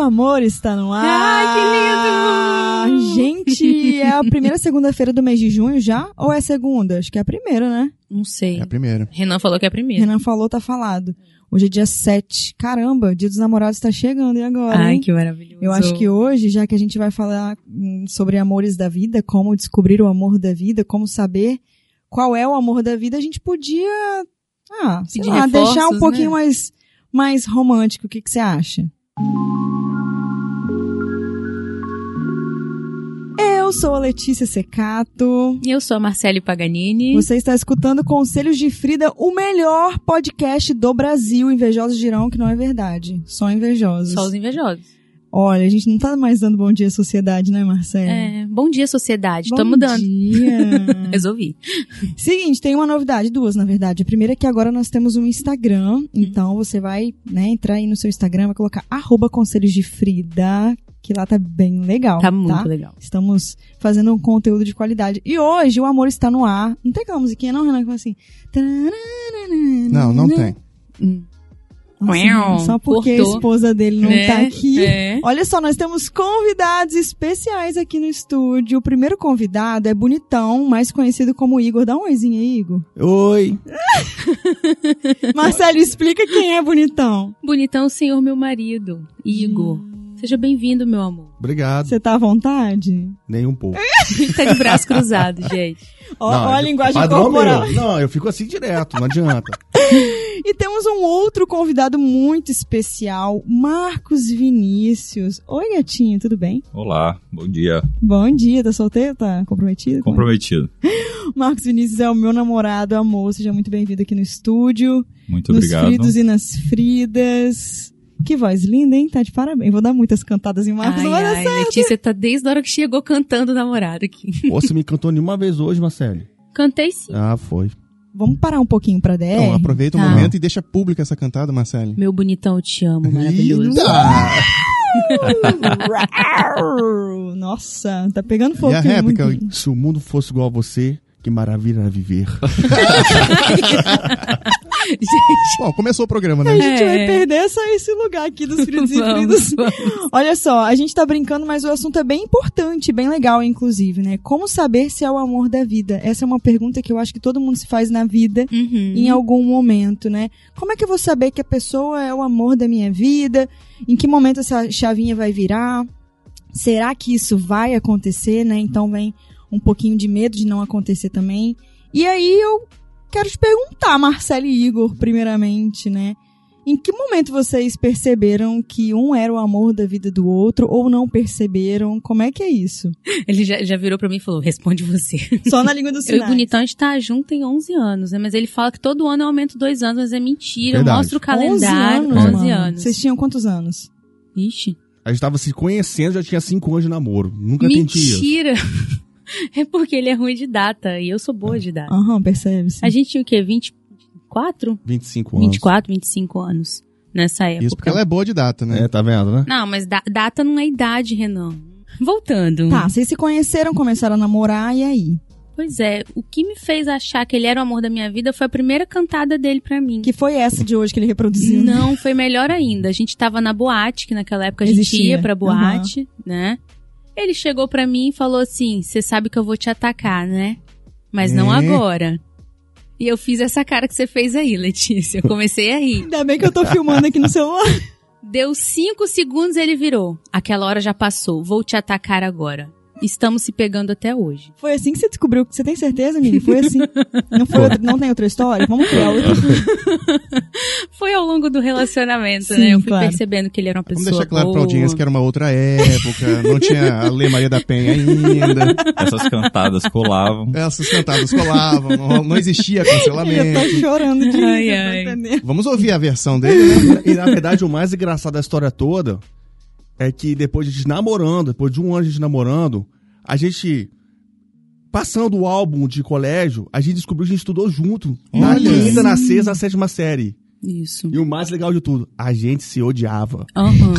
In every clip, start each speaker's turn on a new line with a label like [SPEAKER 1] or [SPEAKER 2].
[SPEAKER 1] amor está no ar.
[SPEAKER 2] Ai, que lindo!
[SPEAKER 1] Gente, é a primeira segunda-feira do mês de junho já? Ou é segunda? Acho que é a primeira, né?
[SPEAKER 2] Não
[SPEAKER 3] É
[SPEAKER 2] sei.
[SPEAKER 3] a primeira.
[SPEAKER 2] Renan falou que é a primeira.
[SPEAKER 1] Renan falou, tá falado. Hoje é dia 7. Caramba, dia dos namorados tá chegando, e agora?
[SPEAKER 2] Ai,
[SPEAKER 1] hein?
[SPEAKER 2] que maravilhoso.
[SPEAKER 1] Eu acho que hoje, já que a gente vai falar hum, sobre amores da vida, como descobrir o amor da vida, como saber qual é o amor da vida, a gente podia, ah, sei
[SPEAKER 2] Pedir
[SPEAKER 1] lá,
[SPEAKER 2] reforços,
[SPEAKER 1] deixar um pouquinho
[SPEAKER 2] né?
[SPEAKER 1] mais, mais romântico. O que, que você acha? Eu sou a Letícia Secato.
[SPEAKER 2] Eu sou a Marcele Paganini.
[SPEAKER 1] Você está escutando Conselhos de Frida, o melhor podcast do Brasil. Invejosos dirão que não é verdade. Só invejosos.
[SPEAKER 2] Só os invejosos.
[SPEAKER 1] Olha, a gente não tá mais dando bom dia à sociedade, né, Marcelo?
[SPEAKER 2] É, Bom dia, sociedade.
[SPEAKER 1] Bom
[SPEAKER 2] Tô mudando.
[SPEAKER 1] dia.
[SPEAKER 2] Resolvi.
[SPEAKER 1] Seguinte, tem uma novidade, duas na verdade. A primeira é que agora nós temos um Instagram, então você vai né, entrar aí no seu Instagram, vai colocar arroba conselhos de Frida, que lá tá bem legal.
[SPEAKER 2] Tá muito legal.
[SPEAKER 1] Estamos fazendo um conteúdo de qualidade. E hoje o amor está no ar. Não tem aquela musiquinha, não, Renan? Que fala assim.
[SPEAKER 3] Não, não tem.
[SPEAKER 1] Nossa, só porque a
[SPEAKER 2] Cortou.
[SPEAKER 1] esposa dele não
[SPEAKER 2] Né?
[SPEAKER 1] tá aqui.
[SPEAKER 2] É.
[SPEAKER 1] Olha só, nós temos convidados especiais aqui no estúdio. O primeiro convidado é Bonitão, mais conhecido como Igor. Dá um oizinho aí, Igor.
[SPEAKER 3] Oi!
[SPEAKER 1] Marcelo, explica quem é Bonitão.
[SPEAKER 2] Bonitão, senhor meu marido, Igor.
[SPEAKER 1] Hum.
[SPEAKER 2] Seja bem-vindo, meu amor.
[SPEAKER 3] Obrigado.
[SPEAKER 1] Você tá à vontade?
[SPEAKER 3] Nem um pouco.
[SPEAKER 2] tá de braço cruzado, gente.
[SPEAKER 1] Ó,
[SPEAKER 3] Não,
[SPEAKER 1] ó a
[SPEAKER 3] é
[SPEAKER 1] linguagem
[SPEAKER 3] padrão
[SPEAKER 1] corporal.
[SPEAKER 3] meu. Não, eu fico assim direto, não adianta.
[SPEAKER 1] E temos um outro convidado muito especial, Marcos Vinícius. Oi, gatinho, tudo bem?
[SPEAKER 4] Olá, bom dia.
[SPEAKER 1] Bom dia, tá solteiro? Tá comprometido?
[SPEAKER 4] Comprometido.
[SPEAKER 1] Marcos Vinícius é o meu namorado, amor. Seja muito bem-vindo aqui no estúdio.
[SPEAKER 4] Muito
[SPEAKER 1] nos
[SPEAKER 4] obrigado.
[SPEAKER 1] fridos e nas fridas. Que voz linda, hein? Tá de parabéns. Vou dar muitas cantadas em Marcos.
[SPEAKER 2] ai,
[SPEAKER 1] Olha
[SPEAKER 2] ai, Letícia tá desde a hora que chegou cantando o namorado aqui.
[SPEAKER 3] Ô, Você me cantou nenhuma vez hoje, Marcelo.
[SPEAKER 2] Cantei sim.
[SPEAKER 3] Ah, foi.
[SPEAKER 1] Vamos parar um pouquinho pra DR?
[SPEAKER 5] Então, aproveita o
[SPEAKER 2] Tá.
[SPEAKER 5] momento e deixa pública essa cantada, Marcele.
[SPEAKER 2] Meu bonitão, eu te amo, maravilhoso.
[SPEAKER 3] Eita!
[SPEAKER 1] Uau! Nossa, tá pegando fogo.
[SPEAKER 5] E a
[SPEAKER 1] aqui,
[SPEAKER 5] réplica,
[SPEAKER 1] muito-
[SPEAKER 5] se o mundo fosse igual a você, que maravilha era viver.
[SPEAKER 2] gente,
[SPEAKER 5] Bom, começou o programa,
[SPEAKER 1] A
[SPEAKER 5] né?
[SPEAKER 1] gente vai
[SPEAKER 2] É.
[SPEAKER 1] perder só esse lugar aqui dos fritos e
[SPEAKER 2] vamos,
[SPEAKER 1] fridas.
[SPEAKER 2] vamos.
[SPEAKER 1] Olha só, a gente tá brincando, mas o assunto é bem importante, bem legal, inclusive, né? Como saber se é o amor da vida? Essa é uma pergunta que eu acho que todo mundo se faz na vida.
[SPEAKER 2] Uhum.
[SPEAKER 1] em algum momento, né? Como é que eu vou saber que a pessoa é o amor da minha vida? Em que momento essa chavinha vai virar? Será que isso vai acontecer, né? Então vem um pouquinho de medo de não acontecer também. E aí eu quero te perguntar, Marcelo e Igor, primeiramente, né? Em que momento vocês perceberam que um era o amor da vida do outro ou não perceberam? Como é que é isso?
[SPEAKER 2] Ele já, já virou pra mim e falou: responde você.
[SPEAKER 1] Só na língua do
[SPEAKER 2] Eu e
[SPEAKER 1] sinais.
[SPEAKER 2] o Bonitão, a gente tá junto tem 11 anos, né? Mas ele fala que todo ano eu aumento dois anos, mas é mentira. Eu
[SPEAKER 3] Verdade.
[SPEAKER 2] mostro o
[SPEAKER 1] 11
[SPEAKER 2] calendário.
[SPEAKER 1] anos, mano.
[SPEAKER 2] anos.
[SPEAKER 1] Vocês tinham quantos anos?
[SPEAKER 2] Ixi.
[SPEAKER 3] A gente tava se conhecendo, já tinha cinco anos de namoro. Nunca tentei.
[SPEAKER 2] mentira! é porque ele é ruim de data e eu sou boa de data.
[SPEAKER 1] Aham, percebe-se.
[SPEAKER 2] A gente tinha o quê? 24?
[SPEAKER 5] 25 anos.
[SPEAKER 2] 24, 25 anos nessa época.
[SPEAKER 5] Isso porque ela é boa de data, né?
[SPEAKER 3] É, tá vendo, né?
[SPEAKER 2] Não, mas da- data não é idade, Renan. Voltando.
[SPEAKER 1] Tá, vocês se conheceram, começaram a namorar, e aí?
[SPEAKER 2] Pois é, o que me fez achar que ele era o amor da minha vida foi a primeira cantada dele pra mim.
[SPEAKER 1] Que foi essa de hoje que ele reproduziu? né?
[SPEAKER 2] Não, foi melhor ainda. A gente tava na boate, que naquela época a gente
[SPEAKER 1] Existia.
[SPEAKER 2] ia pra boate, né? Ele chegou pra mim e falou assim: Você sabe que eu vou te atacar, né? Mas não
[SPEAKER 5] É.
[SPEAKER 2] agora. E eu fiz essa cara que você fez aí, Letícia. Eu comecei a rir.
[SPEAKER 1] Ainda bem que eu tô filmando aqui no celular.
[SPEAKER 2] Deu cinco segundos ele virou. Aquela hora já passou. Vou te atacar agora. Estamos se pegando até hoje.
[SPEAKER 1] Foi assim que você descobriu. Você tem certeza, menina? Foi assim. Não, foi outra- não tem outra história? Vamos criar outra.
[SPEAKER 2] Foi ao longo do relacionamento,
[SPEAKER 1] Sim,
[SPEAKER 2] né? Eu fui
[SPEAKER 1] claro.
[SPEAKER 2] percebendo que ele era uma
[SPEAKER 5] Vamos
[SPEAKER 2] pessoa.
[SPEAKER 5] deixar claro
[SPEAKER 2] boa.
[SPEAKER 5] pra audiência que era uma outra época, não tinha a Lei Maria da Penha ainda,
[SPEAKER 4] Essas cantadas colavam.
[SPEAKER 5] essas cantadas colavam, não, não existia
[SPEAKER 1] Ele tá
[SPEAKER 5] cancelamento.
[SPEAKER 1] chorando de rir,
[SPEAKER 2] Ai,
[SPEAKER 1] você
[SPEAKER 2] ai.
[SPEAKER 1] tá entendendo?
[SPEAKER 5] Vamos ouvir a versão dele, né?
[SPEAKER 3] E na verdade, o mais engraçado da história toda é que depois de a gente namorando, depois de um ano de a gente namorando, a gente. Passando o álbum de colégio, a gente descobriu que a gente estudou junto. Na
[SPEAKER 5] Olha.
[SPEAKER 3] quinta, na sexta, na sétima série.
[SPEAKER 2] Isso.
[SPEAKER 3] E o mais legal de tudo, a gente se odiava.
[SPEAKER 2] Aham.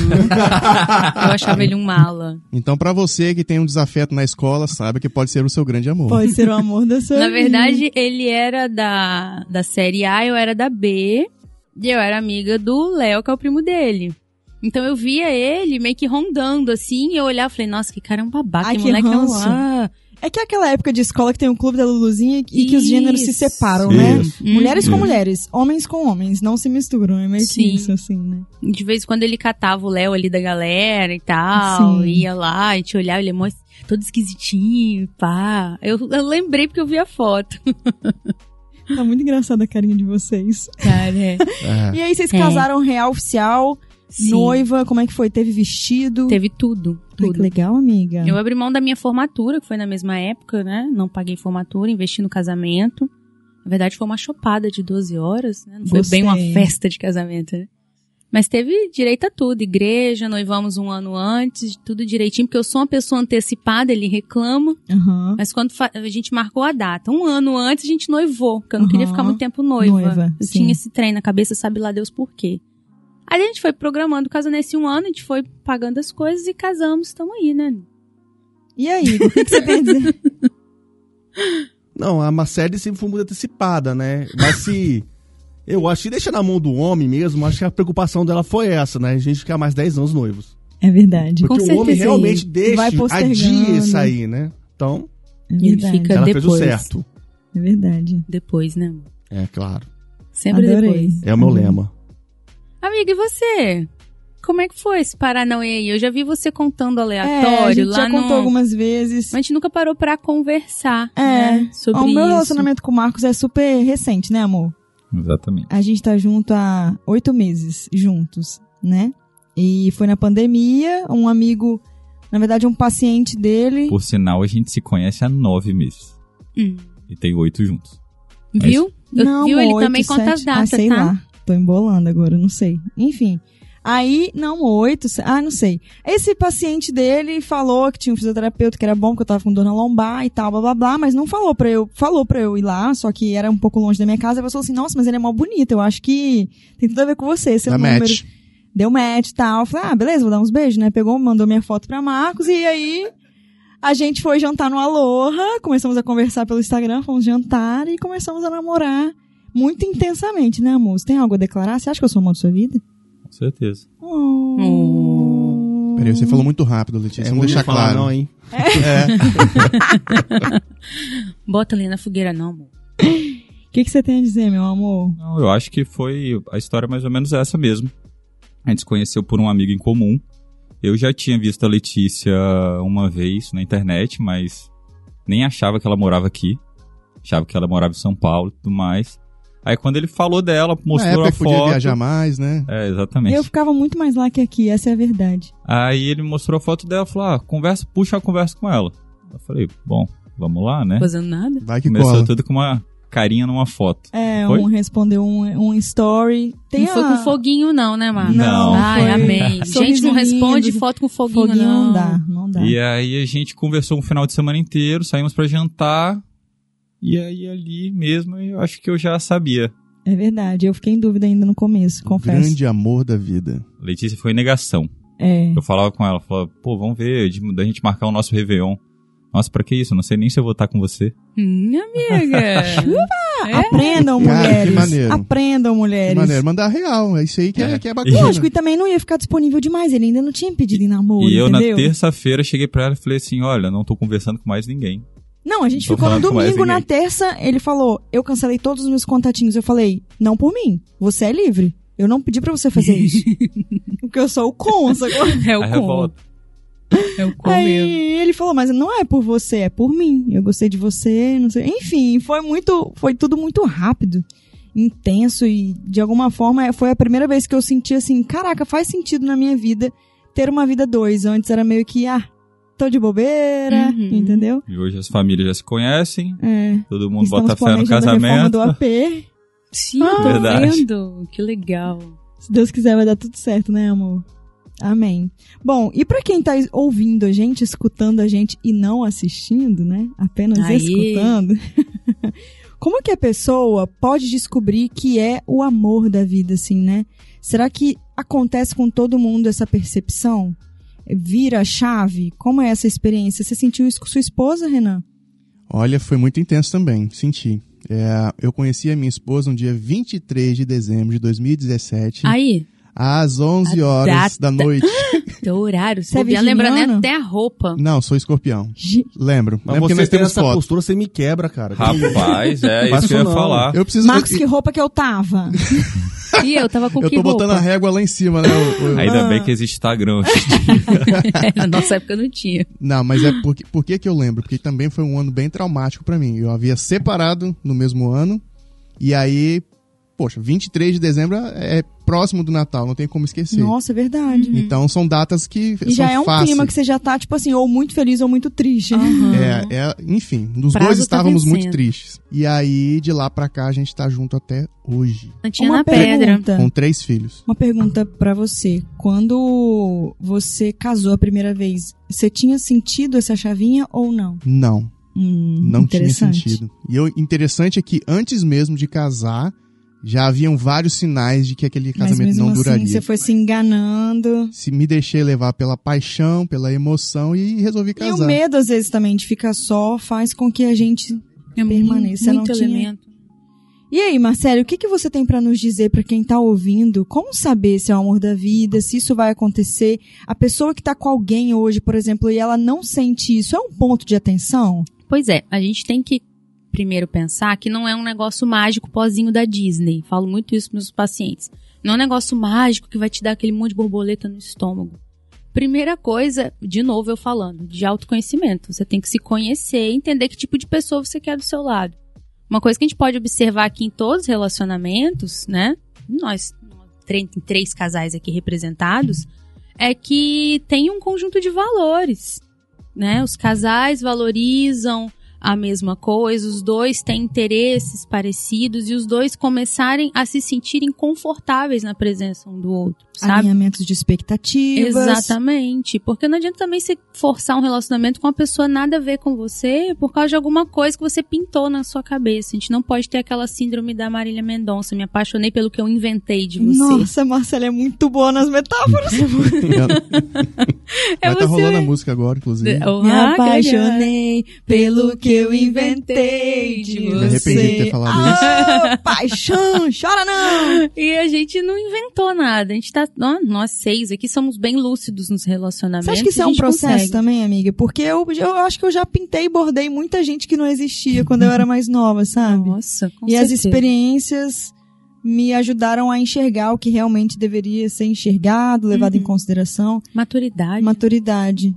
[SPEAKER 2] eu achava ele um mala.
[SPEAKER 5] Então, pra você que tem um desafeto na escola, saiba que pode ser o seu grande amor.
[SPEAKER 1] Pode ser o amor da sua
[SPEAKER 2] Na
[SPEAKER 1] vida.
[SPEAKER 2] verdade, ele era da, da série A, eu era da B. E eu era amiga do Léo, que é o primo dele. Então eu via ele meio que rondando assim, e eu olhava e falei, nossa, que cara é um babaca,
[SPEAKER 1] Ai,
[SPEAKER 2] que
[SPEAKER 1] que
[SPEAKER 2] moleque é um
[SPEAKER 1] ranço.
[SPEAKER 2] lá.
[SPEAKER 1] É que é aquela época de escola que tem o clube da Luluzinha e que os gêneros se
[SPEAKER 2] Isso.
[SPEAKER 1] separam, né?
[SPEAKER 4] Isso.
[SPEAKER 1] Mulheres
[SPEAKER 2] Uhum.
[SPEAKER 1] com
[SPEAKER 4] Hum.
[SPEAKER 1] mulheres, homens com homens, não se misturam. É meio
[SPEAKER 2] Sim.
[SPEAKER 1] que isso, assim, né?
[SPEAKER 2] De vez em quando ele catava o Léo ali da galera e tal,
[SPEAKER 1] Sim.
[SPEAKER 2] ia lá, a gente olhava, ele é mó es- todo esquisitinho, pá. Eu, eu lembrei porque eu vi a foto.
[SPEAKER 1] Tá muito engraçada a carinha de vocês.
[SPEAKER 2] Cara, é.
[SPEAKER 5] É.
[SPEAKER 1] E aí, vocês
[SPEAKER 2] É.
[SPEAKER 1] casaram real oficial,
[SPEAKER 2] Sim,
[SPEAKER 1] noiva, como é que foi? Teve vestido?
[SPEAKER 2] Teve tudo,
[SPEAKER 1] Ai, que
[SPEAKER 2] tudo.
[SPEAKER 1] legal, amiga.
[SPEAKER 2] Eu abri mão da minha formatura, que foi na mesma época, né? Não paguei formatura, investi no casamento. Na verdade, foi uma chopada de 12 horas, né? Não foi
[SPEAKER 1] Gostei.
[SPEAKER 2] bem uma festa de casamento, né? Mas teve direito a tudo, igreja, noivamos um ano antes, tudo direitinho, porque eu sou uma pessoa antecipada, ele reclama,
[SPEAKER 1] Aham.
[SPEAKER 2] mas quando fa- a gente marcou a data, um ano antes a gente noivou, porque eu não
[SPEAKER 1] Aham.
[SPEAKER 2] queria ficar muito tempo noiva.
[SPEAKER 1] Noiva,
[SPEAKER 2] eu
[SPEAKER 1] sim.
[SPEAKER 2] tinha esse trem na cabeça, sabe lá Deus por quê. Aí a gente foi programando, caso nesse um ano, a gente foi pagando as coisas e casamos, estamos aí, né?
[SPEAKER 1] E aí, Igor, o que, que você tem a dizer?
[SPEAKER 3] Não, a Marcele sempre foi muito antecipada, né? Mas se. Eu acho que deixa na mão do homem mesmo, acho que a preocupação dela foi essa, né? A gente ficar mais 10 anos noivos.
[SPEAKER 1] É verdade.
[SPEAKER 3] Porque
[SPEAKER 2] Com
[SPEAKER 3] o homem
[SPEAKER 2] certeza.
[SPEAKER 3] realmente deixa
[SPEAKER 1] Vai
[SPEAKER 3] a
[SPEAKER 1] postergando.
[SPEAKER 3] dia isso aí, né? Então,
[SPEAKER 1] É
[SPEAKER 2] Ele
[SPEAKER 1] verdade.
[SPEAKER 2] fica-
[SPEAKER 3] ela fez o
[SPEAKER 2] Depois.
[SPEAKER 3] certo.
[SPEAKER 1] É verdade.
[SPEAKER 2] Depois, né?
[SPEAKER 3] É, claro.
[SPEAKER 2] Sempre
[SPEAKER 1] Adorei.
[SPEAKER 2] depois.
[SPEAKER 3] É o
[SPEAKER 5] Uhum.
[SPEAKER 3] meu lema.
[SPEAKER 2] Amiga, e você? Como é que foi esse Paranauê aí? Eu já vi você contando
[SPEAKER 1] É, a
[SPEAKER 2] aleatório
[SPEAKER 1] gente
[SPEAKER 2] lá
[SPEAKER 1] já
[SPEAKER 2] no...
[SPEAKER 1] contou algumas vezes.
[SPEAKER 2] Mas a gente nunca parou pra conversar,
[SPEAKER 1] É.
[SPEAKER 2] né? Sobre
[SPEAKER 1] o meu
[SPEAKER 2] isso.
[SPEAKER 1] relacionamento com o Marcos é super recente, né, amor?
[SPEAKER 4] Exatamente.
[SPEAKER 1] A gente tá junto há oito meses, juntos, né? E foi na pandemia, um amigo, na verdade, um paciente dele.
[SPEAKER 4] Por sinal, a gente se conhece há nove meses.
[SPEAKER 2] Hum.
[SPEAKER 4] E tem oito juntos.
[SPEAKER 2] Viu? Eu-
[SPEAKER 1] não,
[SPEAKER 2] viu?
[SPEAKER 1] amor,
[SPEAKER 2] Ele
[SPEAKER 1] oito,
[SPEAKER 2] também
[SPEAKER 1] sete,
[SPEAKER 2] conta as
[SPEAKER 1] ah,
[SPEAKER 2] datas,
[SPEAKER 1] sei
[SPEAKER 2] tá?
[SPEAKER 1] lá. Tô embolando agora, não sei. Enfim. Aí, não, oito, se- ah, não sei. Esse paciente dele falou que tinha um fisioterapeuta que era bom, que eu tava com dor na lombar e tal, blá blá blá, mas não falou pra eu, falou pra eu ir lá, só que era um pouco longe da minha casa. Ela falou assim, nossa, mas ele é mó bonito, eu acho que tem tudo a ver com você, seu
[SPEAKER 5] Da
[SPEAKER 1] número.
[SPEAKER 5] match.
[SPEAKER 1] Deu match e tal. Falei, ah, beleza, vou dar uns beijos, né? Pegou, mandou minha foto pra Marcos e aí a gente foi jantar no Aloha, começamos a conversar pelo Instagram, fomos jantar e começamos a namorar muito intensamente, né, amor? Você tem algo a declarar? Você acha que eu sou o amor da sua vida?
[SPEAKER 4] Com certeza.
[SPEAKER 1] Oh.
[SPEAKER 5] Peraí, você falou muito rápido,
[SPEAKER 3] É,
[SPEAKER 5] Letícia. Vamos deixar claro.
[SPEAKER 3] não, hein?
[SPEAKER 2] Bota ali na fogueira, não, amor.
[SPEAKER 1] O que, que você tem a dizer, meu amor?
[SPEAKER 4] Não, Então, eu acho que foi a história é mais ou menos essa mesmo. A gente se conheceu por um amigo em comum. Eu já tinha visto a Letícia uma vez na internet, mas nem achava que ela morava aqui. Achava que ela morava em São Paulo e tudo mais. Aí quando ele falou dela,
[SPEAKER 5] Na
[SPEAKER 4] mostrou
[SPEAKER 5] época
[SPEAKER 4] a
[SPEAKER 5] que podia
[SPEAKER 4] foto.
[SPEAKER 5] viajar mais, né?
[SPEAKER 4] É, exatamente.
[SPEAKER 1] Eu ficava muito mais lá que aqui, essa é a verdade.
[SPEAKER 4] Aí ele mostrou a foto dela e falou: ah, conversa, puxa a conversa com ela. Eu falei, bom, vamos lá,
[SPEAKER 3] É.
[SPEAKER 4] né?
[SPEAKER 2] Fazendo nada?
[SPEAKER 5] Vai que
[SPEAKER 4] Começou
[SPEAKER 5] cola.
[SPEAKER 4] tudo com uma carinha numa foto.
[SPEAKER 1] É,
[SPEAKER 4] Foi?
[SPEAKER 1] um respondeu um, um story. Tem
[SPEAKER 2] não foi
[SPEAKER 1] a-
[SPEAKER 2] com foguinho, não, né, Marcos?
[SPEAKER 4] Não,
[SPEAKER 2] Ai,
[SPEAKER 1] foi-
[SPEAKER 2] amém. Gente,
[SPEAKER 1] Sorriso
[SPEAKER 2] não responde
[SPEAKER 1] lindo.
[SPEAKER 2] foto com foguinho,
[SPEAKER 1] foguinho
[SPEAKER 2] não.
[SPEAKER 1] não dá, não dá.
[SPEAKER 4] E aí a gente conversou um final de semana inteiro, saímos pra jantar. E aí ali mesmo eu acho que eu já sabia.
[SPEAKER 1] É verdade, eu fiquei em dúvida ainda no começo, confesso.
[SPEAKER 5] Grande amor da vida.
[SPEAKER 4] Letícia foi em negação.
[SPEAKER 1] É.
[SPEAKER 4] Eu falava com ela, falava, pô, vamos ver, de- da gente marcar o nosso Réveillon. Nossa, pra que isso? Eu não sei nem se eu vou estar com você.
[SPEAKER 2] Hum, amiga. é?
[SPEAKER 1] Aprendam,
[SPEAKER 5] Cara, que
[SPEAKER 1] mulheres.
[SPEAKER 5] maneiro.
[SPEAKER 1] Aprendam, mulheres.
[SPEAKER 5] Que maneiro, mandar real. É isso aí que é,
[SPEAKER 4] É.
[SPEAKER 5] que é bacana.
[SPEAKER 1] Lógico, e também não ia ficar disponível demais, ele ainda não tinha pedido em namoro,
[SPEAKER 4] e eu
[SPEAKER 1] entendeu?
[SPEAKER 4] na terça-feira cheguei pra ela e falei assim, olha, não tô conversando com mais ninguém.
[SPEAKER 1] Não, a gente
[SPEAKER 4] Tô
[SPEAKER 1] ficou no
[SPEAKER 4] falando com mais
[SPEAKER 1] domingo, na
[SPEAKER 4] ninguém.
[SPEAKER 1] terça, ele falou, eu cancelei todos os meus contatinhos. Eu falei, não por mim, você é livre. Eu não pedi pra você fazer isso. Porque eu sou o cons agora.
[SPEAKER 2] É o
[SPEAKER 4] Aí
[SPEAKER 2] com. É o com mesmo.
[SPEAKER 1] Aí ele falou, mas não é por você, é por mim. Eu gostei de você, não sei. Enfim, foi muito, foi tudo muito rápido, intenso e de alguma forma é- foi a primeira vez que eu senti assim, caraca, faz sentido na minha vida ter uma vida dois. Antes era meio que, ah, tô de bobeira,
[SPEAKER 2] Uhum.
[SPEAKER 1] entendeu?
[SPEAKER 4] E hoje as famílias já se conhecem,
[SPEAKER 1] É.
[SPEAKER 4] todo mundo
[SPEAKER 1] Estamos
[SPEAKER 4] bota fé no
[SPEAKER 1] planejando a reforma do
[SPEAKER 4] casamento.
[SPEAKER 1] AP.
[SPEAKER 2] Sim, eu tô
[SPEAKER 4] Verdade.
[SPEAKER 2] vendo. Que legal.
[SPEAKER 1] Se Deus quiser, vai dar tudo certo, né, amor? Amém. Bom, e pra quem tá ouvindo a gente, escutando a gente e não assistindo, né? Apenas
[SPEAKER 2] Aí.
[SPEAKER 1] escutando. Como que a pessoa pode descobrir que é o amor da vida, assim, né? Será que acontece com todo mundo essa percepção? Vira a chave? Como é essa experiência? Você sentiu isso com sua esposa, Renan?
[SPEAKER 5] Olha, foi muito intenso também, senti. um É, eu conheci a minha esposa no dia 23 de dezembro de 2017.
[SPEAKER 2] Aí,
[SPEAKER 5] às 11 horas
[SPEAKER 2] data.
[SPEAKER 5] da noite.
[SPEAKER 2] Teu horário.
[SPEAKER 1] Você
[SPEAKER 2] Você
[SPEAKER 1] é
[SPEAKER 2] é lembrando
[SPEAKER 1] virginiano?
[SPEAKER 2] até a roupa.
[SPEAKER 5] Não, sou escorpião.
[SPEAKER 1] Gi-
[SPEAKER 5] Lembro.
[SPEAKER 3] Mas
[SPEAKER 5] Lembro
[SPEAKER 3] você
[SPEAKER 5] que nós
[SPEAKER 3] tem
[SPEAKER 5] temos
[SPEAKER 3] essa
[SPEAKER 5] foto.
[SPEAKER 3] postura, você me quebra, cara.
[SPEAKER 4] Rapaz, é
[SPEAKER 3] Faço
[SPEAKER 4] isso que eu ia
[SPEAKER 3] não.
[SPEAKER 4] falar.
[SPEAKER 5] Eu preciso.
[SPEAKER 1] Marcos,
[SPEAKER 5] eu,
[SPEAKER 1] que roupa que eu tava?
[SPEAKER 2] E eu tava com
[SPEAKER 5] eu
[SPEAKER 2] que
[SPEAKER 5] tô
[SPEAKER 2] roupa?
[SPEAKER 5] botando a régua lá em cima, né? Eu- eu-
[SPEAKER 4] Ainda
[SPEAKER 1] Ah.
[SPEAKER 4] bem que existe Instagram.
[SPEAKER 2] Na nossa época não tinha.
[SPEAKER 5] Não, mas é porque, por que que eu lembro? Porque também foi um ano bem traumático pra mim. Eu havia separado no mesmo ano, e aí, poxa, 23 de dezembro é próximo do Natal, não tem como esquecer.
[SPEAKER 1] Nossa, é verdade.
[SPEAKER 5] Então são datas que
[SPEAKER 1] E
[SPEAKER 5] são
[SPEAKER 1] já é um
[SPEAKER 5] fáceis.
[SPEAKER 1] clima que você já tá, tipo assim, ou muito feliz ou muito triste.
[SPEAKER 5] É, é, enfim, nos
[SPEAKER 2] Prazo
[SPEAKER 5] dois
[SPEAKER 2] tá
[SPEAKER 5] estávamos muito
[SPEAKER 2] vencendo.
[SPEAKER 5] tristes. E aí, de lá pra cá, a gente tá junto até hoje.
[SPEAKER 2] Não tinha
[SPEAKER 1] Uma
[SPEAKER 2] na pedra.
[SPEAKER 1] pergunta.
[SPEAKER 5] Com três filhos.
[SPEAKER 1] Uma pergunta pra você. Quando você casou a primeira vez, você tinha sentido essa chavinha ou não?
[SPEAKER 5] Não,
[SPEAKER 1] Hum,
[SPEAKER 5] não tinha
[SPEAKER 1] interessante.
[SPEAKER 5] sentido. E o interessante é que antes mesmo de casar, já haviam vários sinais de que aquele
[SPEAKER 1] Mas
[SPEAKER 5] casamento
[SPEAKER 1] mesmo
[SPEAKER 5] não
[SPEAKER 1] assim,
[SPEAKER 5] duraria.
[SPEAKER 1] você foi se enganando.
[SPEAKER 5] se me deixei levar pela paixão, pela emoção e
[SPEAKER 1] E
[SPEAKER 5] resolvi
[SPEAKER 1] o
[SPEAKER 5] casar.
[SPEAKER 1] medo, às vezes, também de ficar só faz com que a gente.
[SPEAKER 2] É
[SPEAKER 1] Permanência
[SPEAKER 2] muito
[SPEAKER 1] não tinha.
[SPEAKER 2] elemento.
[SPEAKER 1] E aí, Marcelo, o que, que você tem pra nos dizer pra quem tá ouvindo? Como saber se é o amor da vida, se isso vai acontecer? A pessoa que tá com alguém hoje, por exemplo, e ela não sente isso, é um ponto de atenção?
[SPEAKER 2] Pois é, a gente tem que primeiro pensar que não é um negócio mágico pozinho da Disney. Falo muito isso para meus pacientes. Não é um negócio mágico que vai te dar aquele monte de borboleta no estômago. Primeira coisa, de novo eu falando, de autoconhecimento. Você tem que se conhecer e entender que tipo de pessoa você quer do seu lado. Uma coisa que a gente pode observar aqui em todos os relacionamentos, né? Nós, tre- três casais aqui representados, é que tem um conjunto de valores né? Os casais valorizam a mesma coisa, os dois têm interesses parecidos e os dois começarem a se sentirem confortáveis na presença um do outro, sabe?
[SPEAKER 1] Alinhamentos de expectativas.
[SPEAKER 2] Exatamente. Porque não adianta também você forçar um relacionamento com uma pessoa nada a ver com você por causa de alguma coisa que você pintou na sua cabeça. A gente não pode ter aquela síndrome da Marília Mendonça. Me apaixonei pelo que eu inventei de você.
[SPEAKER 1] Nossa, Marcela é muito boa nas metáforas.
[SPEAKER 2] É
[SPEAKER 5] Vai tá
[SPEAKER 2] você
[SPEAKER 5] rolando a
[SPEAKER 2] mesmo.
[SPEAKER 5] música agora, inclusive.
[SPEAKER 2] Oh,
[SPEAKER 1] Me
[SPEAKER 2] ah, grande.
[SPEAKER 1] apaixonei pelo que eu inventei de
[SPEAKER 2] Me
[SPEAKER 1] você.
[SPEAKER 5] arrependi de ter falado
[SPEAKER 1] Ah, paixão, chora não!
[SPEAKER 2] E a gente não inventou nada. A gente tá. nó- Nós seis aqui somos bem lúcidos nos relacionamentos.
[SPEAKER 1] Você acha que isso
[SPEAKER 2] a
[SPEAKER 1] é um
[SPEAKER 2] gente
[SPEAKER 1] processo
[SPEAKER 2] consegue.
[SPEAKER 1] também, amiga? Porque eu, eu acho que eu já pintei e bordei muita gente que não existia quando eu era mais nova, sabe?
[SPEAKER 2] Nossa, com
[SPEAKER 1] e as
[SPEAKER 2] certeza.
[SPEAKER 1] experiências me ajudaram a enxergar o que realmente deveria ser enxergado, levado em
[SPEAKER 2] Uhum.
[SPEAKER 1] consideração.
[SPEAKER 2] Maturidade.
[SPEAKER 1] maturidade.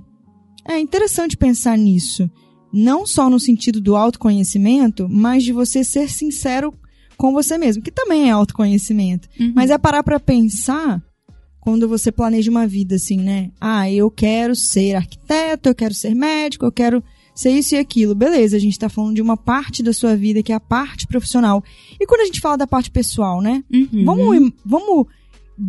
[SPEAKER 1] É interessante pensar nisso. Não só no sentido do autoconhecimento, mas de você ser sincero com você mesmo, que também é autoconhecimento.
[SPEAKER 2] Uhum.
[SPEAKER 1] Mas é parar pra pensar quando você planeja uma vida assim, né? Ah, eu quero ser arquiteto, eu quero ser médico, eu quero ser isso e aquilo. Beleza, a gente tá falando de uma parte da sua vida que é a parte profissional. E quando a gente fala da parte pessoal, né?
[SPEAKER 2] Uhum.
[SPEAKER 1] Vamos, im- vamos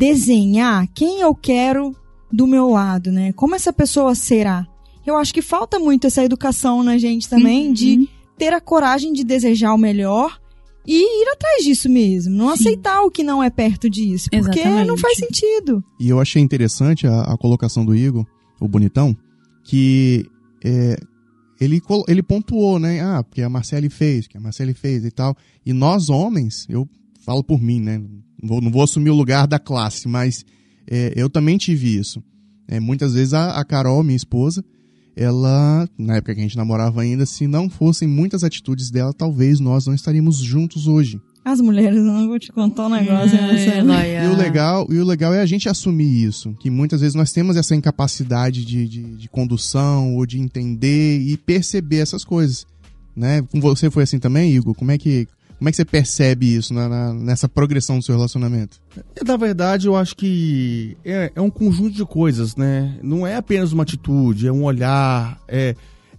[SPEAKER 1] desenhar quem eu quero do meu lado, né? Como essa pessoa será? Eu acho que falta muito essa educação na gente também de
[SPEAKER 2] Uhum.
[SPEAKER 1] ter a coragem de desejar o melhor e ir atrás disso mesmo. Não
[SPEAKER 2] Sim.
[SPEAKER 1] aceitar o que não é perto disso, porque não
[SPEAKER 2] Exatamente.
[SPEAKER 1] faz sentido.
[SPEAKER 5] E eu achei interessante a, a colocação do Igor, o bonitão, que é, ele, col- ele pontuou, né? Ah, porque a Marcele fez, que a Marcele fez e tal. E nós homens, eu falo por mim, né? Não vou, não vou assumir o lugar da classe, mas é, eu também tive isso. É, muitas vezes a, a Carol, minha esposa, ela, na época que a gente namorava ainda, se não fossem muitas atitudes dela, talvez nós não estaríamos juntos hoje.
[SPEAKER 1] As mulheres, eu não vou te contar um
[SPEAKER 5] É,
[SPEAKER 1] negócio, né,
[SPEAKER 2] Ai,
[SPEAKER 1] Marcelo?
[SPEAKER 2] Eloia.
[SPEAKER 5] E o, legal, e o legal é a gente assumir isso, que muitas vezes nós temos essa incapacidade de, de, de condução ou de entender e perceber essas coisas, né? Com você foi assim também, Igor? Como é que, como é que você percebe isso na- na- nessa progressão do seu relacionamento?
[SPEAKER 3] É, Na verdade, eu acho que é, é um conjunto de coisas, né? Não é apenas uma atitude, é um olhar, é,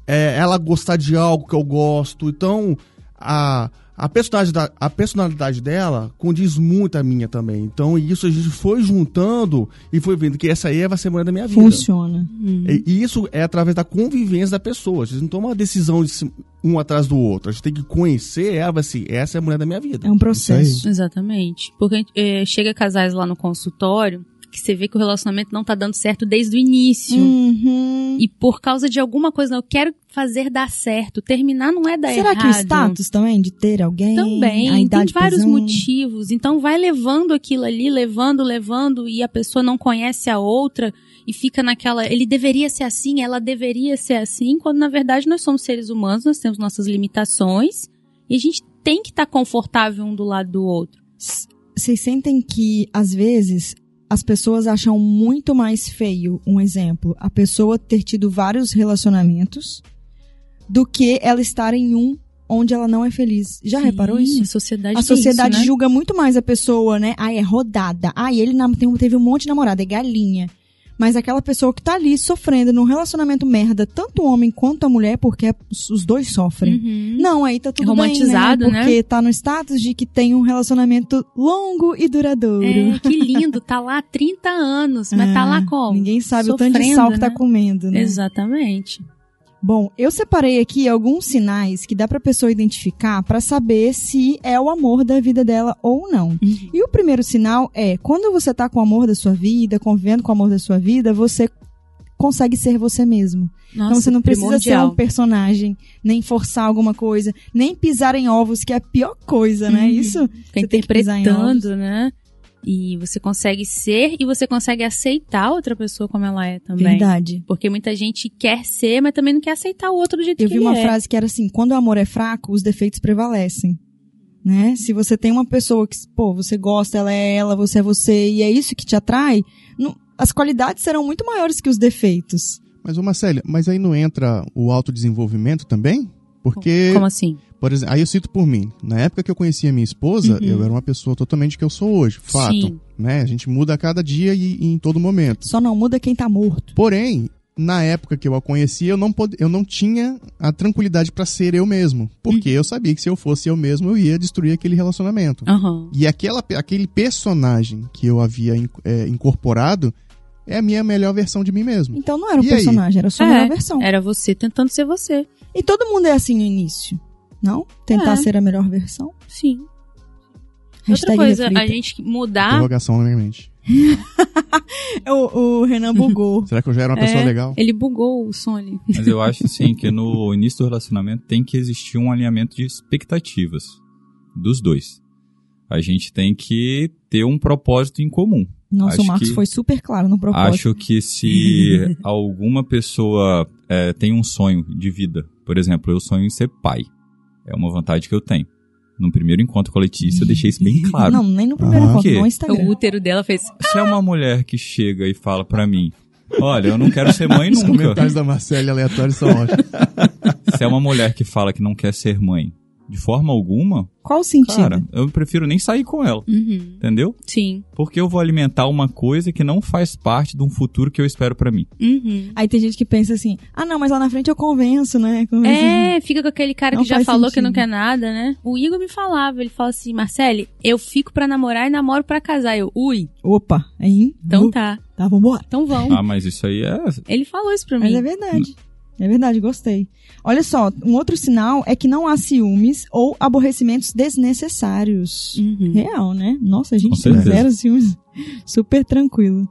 [SPEAKER 3] é ela gostar de algo que eu gosto. Então, a, a, personalidade da- a personalidade dela condiz muito a minha também. Então, isso a gente foi juntando e foi vendo que essa aí vai ser a mulher da minha vida.
[SPEAKER 1] Funciona.
[SPEAKER 2] Uhum.
[SPEAKER 3] E e isso é através da convivência da pessoa. A gente não toma uma decisão de se- um atrás do outro. A gente tem que conhecer ela, assim, essa é a mulher da minha vida.
[SPEAKER 1] É um processo.
[SPEAKER 2] Exatamente. Porque é, chega casais lá no consultório, que que você vê que o relacionamento não tá dando certo desde o início.
[SPEAKER 1] Uhum.
[SPEAKER 2] E por causa de alguma coisa, não, eu quero fazer dar certo. Terminar não é dar
[SPEAKER 1] Será
[SPEAKER 2] errado.
[SPEAKER 1] que o status também de ter alguém?
[SPEAKER 2] Também,
[SPEAKER 1] a idade
[SPEAKER 2] tem vários
[SPEAKER 1] pesando?
[SPEAKER 2] motivos. Então vai levando aquilo ali, levando, levando, e a pessoa não conhece a outra e fica naquela. Ele deveria ser assim, ela deveria ser assim, quando na verdade nós somos seres humanos, nós temos nossas limitações e a gente tem que estar confortável um do lado do outro.
[SPEAKER 1] S- Vocês sentem que, às vezes, as pessoas acham muito mais feio, um exemplo, a pessoa ter tido vários relacionamentos do que ela estar em um onde ela não é feliz. Já reparou isso?
[SPEAKER 2] A sociedade,
[SPEAKER 1] A sociedade
[SPEAKER 2] tem isso, né?
[SPEAKER 1] julga muito mais a pessoa, né? Ai, é rodada. Ai, ele nam- tem um- teve um monte de namorada, é galinha. Mas aquela pessoa que tá ali sofrendo num relacionamento merda, tanto o homem quanto a mulher, porque os os dois sofrem.
[SPEAKER 2] Uhum.
[SPEAKER 1] Não, aí tá tudo
[SPEAKER 2] Romantizado,
[SPEAKER 1] bem,
[SPEAKER 2] né?
[SPEAKER 1] Porque tá no status de que tem um relacionamento longo e duradouro.
[SPEAKER 2] É, que lindo, tá lá há 30 anos, mas tá lá como?
[SPEAKER 1] É, Ninguém sabe o tanto de
[SPEAKER 2] Sofrendo,
[SPEAKER 1] sal que tá
[SPEAKER 2] né?
[SPEAKER 1] comendo, né?
[SPEAKER 2] Exatamente.
[SPEAKER 1] Bom, eu separei aqui alguns sinais que dá pra pessoa identificar pra saber se é o amor da vida dela ou não.
[SPEAKER 2] Uhum.
[SPEAKER 1] E o primeiro sinal é quando você tá com o amor da sua vida, convivendo com o amor da sua vida, você consegue ser você mesmo.
[SPEAKER 2] Nossa,
[SPEAKER 1] então você não precisa
[SPEAKER 2] primordial.
[SPEAKER 1] ser um personagem, nem forçar alguma coisa, nem pisar em ovos, que é a pior coisa, né?
[SPEAKER 2] Uhum.
[SPEAKER 1] Isso
[SPEAKER 2] fica
[SPEAKER 1] Você tem que pisar em
[SPEAKER 2] interpretando, né? E você consegue ser e você consegue aceitar outra pessoa como ela é também.
[SPEAKER 1] verdade.
[SPEAKER 2] Porque muita gente quer ser, mas também não quer aceitar o outro do jeito
[SPEAKER 1] Eu
[SPEAKER 2] que
[SPEAKER 1] vi
[SPEAKER 2] ele
[SPEAKER 1] uma
[SPEAKER 2] é.
[SPEAKER 1] frase que era assim: quando o amor é fraco, os defeitos prevalecem. Né? Se você tem uma pessoa que, pô, você gosta, ela é ela, você é você, e é isso que te atrai, não- as qualidades serão muito maiores que os defeitos.
[SPEAKER 5] Mas, ô Marcelo, mas aí não entra o autodesenvolvimento também? Porque,
[SPEAKER 2] Como assim?
[SPEAKER 5] por exemplo, aí eu cito por mim. Na época que eu conhecia minha esposa,
[SPEAKER 2] Uhum.
[SPEAKER 5] eu era uma pessoa totalmente que eu sou hoje. Fato.
[SPEAKER 2] Sim.
[SPEAKER 5] Né? A gente muda a cada dia e, e em todo momento.
[SPEAKER 1] Só não muda quem tá morto.
[SPEAKER 5] Porém, na época que eu a conhecia, eu não, pod... eu não tinha a tranquilidade pra ser eu mesmo. Porque eu sabia que se eu fosse eu mesmo, eu ia destruir aquele relacionamento.
[SPEAKER 2] Aham.
[SPEAKER 5] E aquela, pe- aquele personagem que eu havia in- é, incorporado é a minha melhor versão de mim mesmo.
[SPEAKER 1] Então não era um
[SPEAKER 5] E aí?
[SPEAKER 1] personagem, era só
[SPEAKER 2] É.
[SPEAKER 1] uma melhor versão.
[SPEAKER 2] Era você tentando ser você.
[SPEAKER 1] E todo mundo é assim no início, não? Tentar
[SPEAKER 2] É.
[SPEAKER 1] ser a melhor versão.
[SPEAKER 2] Sim.
[SPEAKER 1] Hashtag
[SPEAKER 2] Outra coisa,
[SPEAKER 1] reflita.
[SPEAKER 2] a gente mudar.
[SPEAKER 5] Interrogação na minha mente.
[SPEAKER 1] É, O, o Renan bugou.
[SPEAKER 5] Será que eu já era uma
[SPEAKER 2] É.
[SPEAKER 5] pessoa legal?
[SPEAKER 2] Ele bugou o som ali.
[SPEAKER 4] Mas eu acho, assim, que no início do relacionamento tem que existir um alinhamento de expectativas dos dois. A gente tem que ter um propósito em comum.
[SPEAKER 1] Nossa,
[SPEAKER 4] Acho
[SPEAKER 1] o Marcos
[SPEAKER 4] que-
[SPEAKER 1] foi super claro no propósito.
[SPEAKER 4] Acho que se alguma pessoa é, tem um sonho de vida, por exemplo, eu sonho em ser pai. É uma vontade que eu tenho. No primeiro encontro com a Letícia, eu deixei isso bem claro.
[SPEAKER 1] Não, nem no primeiro
[SPEAKER 5] Ah.
[SPEAKER 1] encontro,
[SPEAKER 4] Por quê?
[SPEAKER 1] no
[SPEAKER 2] O
[SPEAKER 1] Instagram.
[SPEAKER 2] útero dela fez.
[SPEAKER 4] Se é uma mulher que chega e fala pra mim, olha, eu não quero ser mãe
[SPEAKER 5] Os
[SPEAKER 4] nunca.
[SPEAKER 5] comentários da Marcela aleatórios são ótimos.
[SPEAKER 4] Se é uma mulher que fala que não quer ser mãe de forma alguma,
[SPEAKER 1] Qual o sentido?
[SPEAKER 4] cara, eu prefiro nem sair com ela,
[SPEAKER 2] Uhum.
[SPEAKER 4] entendeu?
[SPEAKER 2] Sim.
[SPEAKER 4] Porque eu vou alimentar uma coisa que não faz parte de um futuro que eu espero pra mim.
[SPEAKER 2] Uhum.
[SPEAKER 1] Aí tem gente que pensa assim, ah não, mas lá na frente eu convenço, né? Convenço.
[SPEAKER 2] É, fica com aquele cara
[SPEAKER 1] Não
[SPEAKER 2] que já
[SPEAKER 1] faz
[SPEAKER 2] falou que
[SPEAKER 1] sentido.
[SPEAKER 2] não quer nada, né? O Igor me falava, ele fala assim, Marcele, eu fico pra namorar e namoro pra casar. Eu, ui,
[SPEAKER 1] Opa, hein?
[SPEAKER 2] então
[SPEAKER 1] Uh,
[SPEAKER 2] tá,
[SPEAKER 1] tá, vambora.
[SPEAKER 2] então vão.
[SPEAKER 4] Ah, mas isso aí é
[SPEAKER 2] Ele falou isso pra
[SPEAKER 1] Mas é
[SPEAKER 2] mim.
[SPEAKER 1] verdade. É verdade, gostei. Olha só, um outro sinal é que não há ciúmes ou aborrecimentos desnecessários.
[SPEAKER 2] Uhum.
[SPEAKER 1] Real, né? Nossa, a gente
[SPEAKER 4] Com
[SPEAKER 1] tem
[SPEAKER 4] certeza.
[SPEAKER 1] zero ciúmes. Super tranquilo.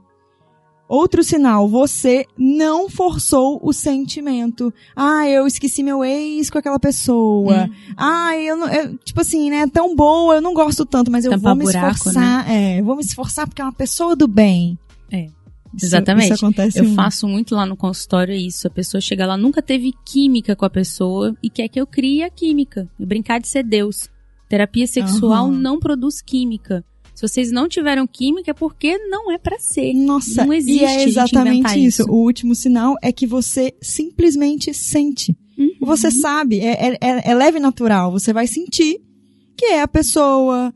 [SPEAKER 1] Outro sinal, você não forçou o sentimento. Ah, eu esqueci meu ex com aquela pessoa.
[SPEAKER 2] Hum.
[SPEAKER 1] Ah, eu não. eu- tipo assim, né? É tão boa, eu não gosto tanto, mas eu
[SPEAKER 2] Tampar
[SPEAKER 1] vou me
[SPEAKER 2] buraco, né?
[SPEAKER 1] esforçar. É, eu vou me esforçar porque é uma pessoa do bem.
[SPEAKER 2] É,
[SPEAKER 1] Isso-
[SPEAKER 2] exatamente.
[SPEAKER 1] Isso, acontece
[SPEAKER 2] Eu
[SPEAKER 1] muito.
[SPEAKER 2] faço muito lá no consultório é isso. A pessoa chega lá, nunca teve química com a pessoa e quer que eu crie a química. E Brincar de ser Deus. Terapia sexual
[SPEAKER 1] Aham.
[SPEAKER 2] não produz química. Se vocês não tiveram química é porque não é pra ser.
[SPEAKER 1] Nossa,
[SPEAKER 2] Não existe
[SPEAKER 1] e
[SPEAKER 2] a
[SPEAKER 1] é
[SPEAKER 2] gente
[SPEAKER 1] exatamente
[SPEAKER 2] inventar
[SPEAKER 1] isso.
[SPEAKER 2] isso.
[SPEAKER 1] O último sinal é que você simplesmente sente. Você
[SPEAKER 2] Uhum.
[SPEAKER 1] sabe, é, é- é- é leve e natural. Você vai sentir que é a pessoa,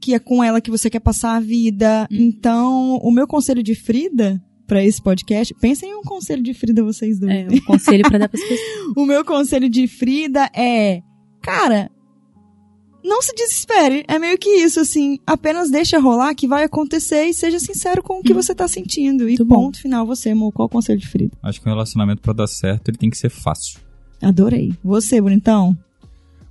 [SPEAKER 1] que é com ela que você quer passar a vida.
[SPEAKER 2] Hum.
[SPEAKER 1] Então, o meu conselho de Frida pra esse podcast, pensem em um conselho de Frida vocês dois.
[SPEAKER 2] É um conselho pra dar pras pessoas.
[SPEAKER 1] O meu conselho de Frida é, cara, não se desespere. É meio que isso, assim, apenas deixa rolar que vai acontecer e seja sincero com o que você tá sentindo. E
[SPEAKER 2] Uhum. Muito bom.
[SPEAKER 1] ponto final, você, amor. Qual o conselho de Frida?
[SPEAKER 4] Acho que um relacionamento pra dar certo, ele tem que ser fácil.
[SPEAKER 1] Adorei. Você, bonitão?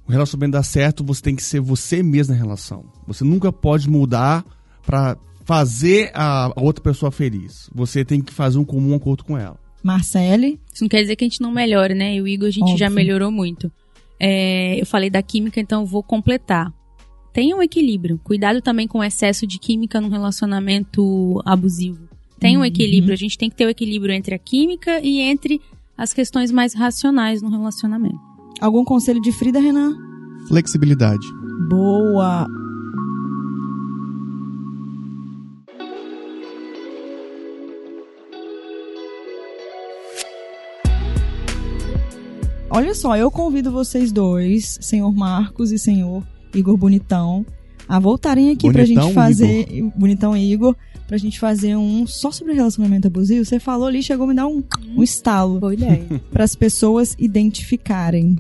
[SPEAKER 3] O relacionamento dar certo, você tem que ser você mesmo na relação. Você nunca pode mudar pra fazer a outra pessoa feliz. Você tem que fazer um comum acordo com ela.
[SPEAKER 1] Marcele,
[SPEAKER 2] Isso não quer dizer que a gente não melhore, né? E o Igor, a gente já
[SPEAKER 1] Óbvio.
[SPEAKER 2] melhorou muito. É, eu falei da química, então eu vou completar. Tenha um equilíbrio. Cuidado também com o excesso de química num relacionamento abusivo. Tem um
[SPEAKER 1] Uhum.
[SPEAKER 2] equilíbrio. A gente tem que ter o equilíbrio entre a química e entre as questões mais racionais no relacionamento.
[SPEAKER 1] algum conselho de Frida, Renan?
[SPEAKER 5] Flexibilidade.
[SPEAKER 1] Boa! Olha só, eu convido vocês dois, senhor Marcos e senhor Igor Bonitão, a voltarem aqui pra
[SPEAKER 5] Bonitão,
[SPEAKER 1] gente fazer. Bonitão e Igor, pra gente fazer um só sobre relacionamento abusivo. Você falou ali, chegou a me dar um, um estalo
[SPEAKER 2] Boa ideia.
[SPEAKER 1] para as pessoas identificarem.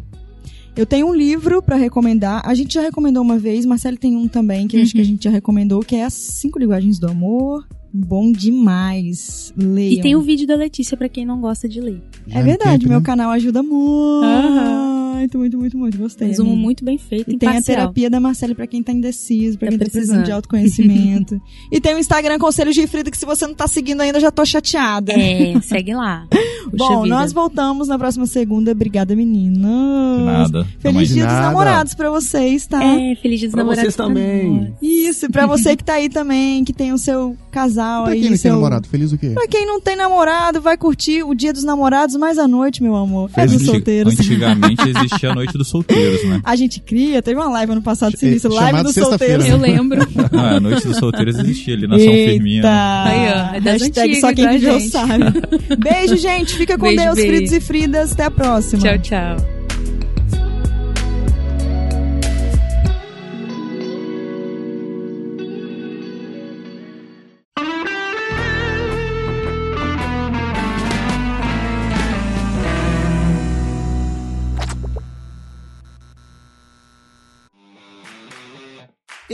[SPEAKER 1] Eu tenho um livro para recomendar. A gente já recomendou uma vez, Marcelo tem um também que
[SPEAKER 2] Uhum.
[SPEAKER 1] acho que a gente já recomendou, que é As Cinco Linguagens do Amor. Bom demais. Leiam.
[SPEAKER 2] E tem o vídeo da Letícia pra quem não gosta de ler.
[SPEAKER 5] Já
[SPEAKER 1] É verdade,
[SPEAKER 5] tempo,
[SPEAKER 1] meu
[SPEAKER 5] né?
[SPEAKER 1] canal ajuda muito.
[SPEAKER 2] Aham.
[SPEAKER 1] Muito, muito, muito, muito. Gostei.
[SPEAKER 2] Resumo
[SPEAKER 1] amiga.
[SPEAKER 2] um muito bem feito,
[SPEAKER 1] E tem a
[SPEAKER 2] imparcial.
[SPEAKER 1] terapia da Marcele pra quem tá indeciso, pra
[SPEAKER 2] Tá
[SPEAKER 1] quem tá precisando
[SPEAKER 2] precisando.
[SPEAKER 1] de autoconhecimento. e tem o Instagram Conselhos de Frida, que se você não tá seguindo ainda, eu já tô chateada.
[SPEAKER 2] É, segue lá. Puxa
[SPEAKER 1] Bom,
[SPEAKER 2] vida.
[SPEAKER 1] nós voltamos na próxima segunda. Obrigada,
[SPEAKER 4] De
[SPEAKER 1] meninas.
[SPEAKER 4] nada. Tamo
[SPEAKER 1] Hum,
[SPEAKER 4] aí.
[SPEAKER 1] Feliz dia dos
[SPEAKER 3] nada.
[SPEAKER 1] namorados pra vocês, tá?
[SPEAKER 2] É, feliz dia dos
[SPEAKER 3] Pra
[SPEAKER 2] namorados
[SPEAKER 3] vocês também.
[SPEAKER 1] Isso, e pra você que tá aí também, que tem o seu casal
[SPEAKER 5] Pra
[SPEAKER 1] aí.
[SPEAKER 5] quem não tem
[SPEAKER 1] seu...
[SPEAKER 5] namorado, feliz é o quê?
[SPEAKER 1] Pra quem não tem namorado, vai curtir o dia dos namorados mais à noite, meu amor. É dos
[SPEAKER 4] Anti-
[SPEAKER 1] solteiros.
[SPEAKER 4] Antigamente existia a noite dos solteiros, né?
[SPEAKER 1] A gente cria, teve uma live ano passado,
[SPEAKER 5] É,
[SPEAKER 1] sinistro, live
[SPEAKER 5] chamado
[SPEAKER 1] dos
[SPEAKER 5] Sexta-feira, né?
[SPEAKER 1] solteiros.
[SPEAKER 2] Eu lembro.
[SPEAKER 4] Não, Ah, a noite dos solteiros existia ali na
[SPEAKER 5] um
[SPEAKER 4] São Firmino.
[SPEAKER 5] né?
[SPEAKER 2] Aí, ó, é das
[SPEAKER 1] Hashtag
[SPEAKER 2] antigas,
[SPEAKER 1] só quem
[SPEAKER 2] igual a
[SPEAKER 1] viveu
[SPEAKER 2] gente.
[SPEAKER 1] sabe. Beijo, gente. Fica com
[SPEAKER 2] Beijo,
[SPEAKER 1] Deus,
[SPEAKER 2] Bi.
[SPEAKER 1] Fritos e Fridas. Até a próxima.
[SPEAKER 2] tchau, tchau.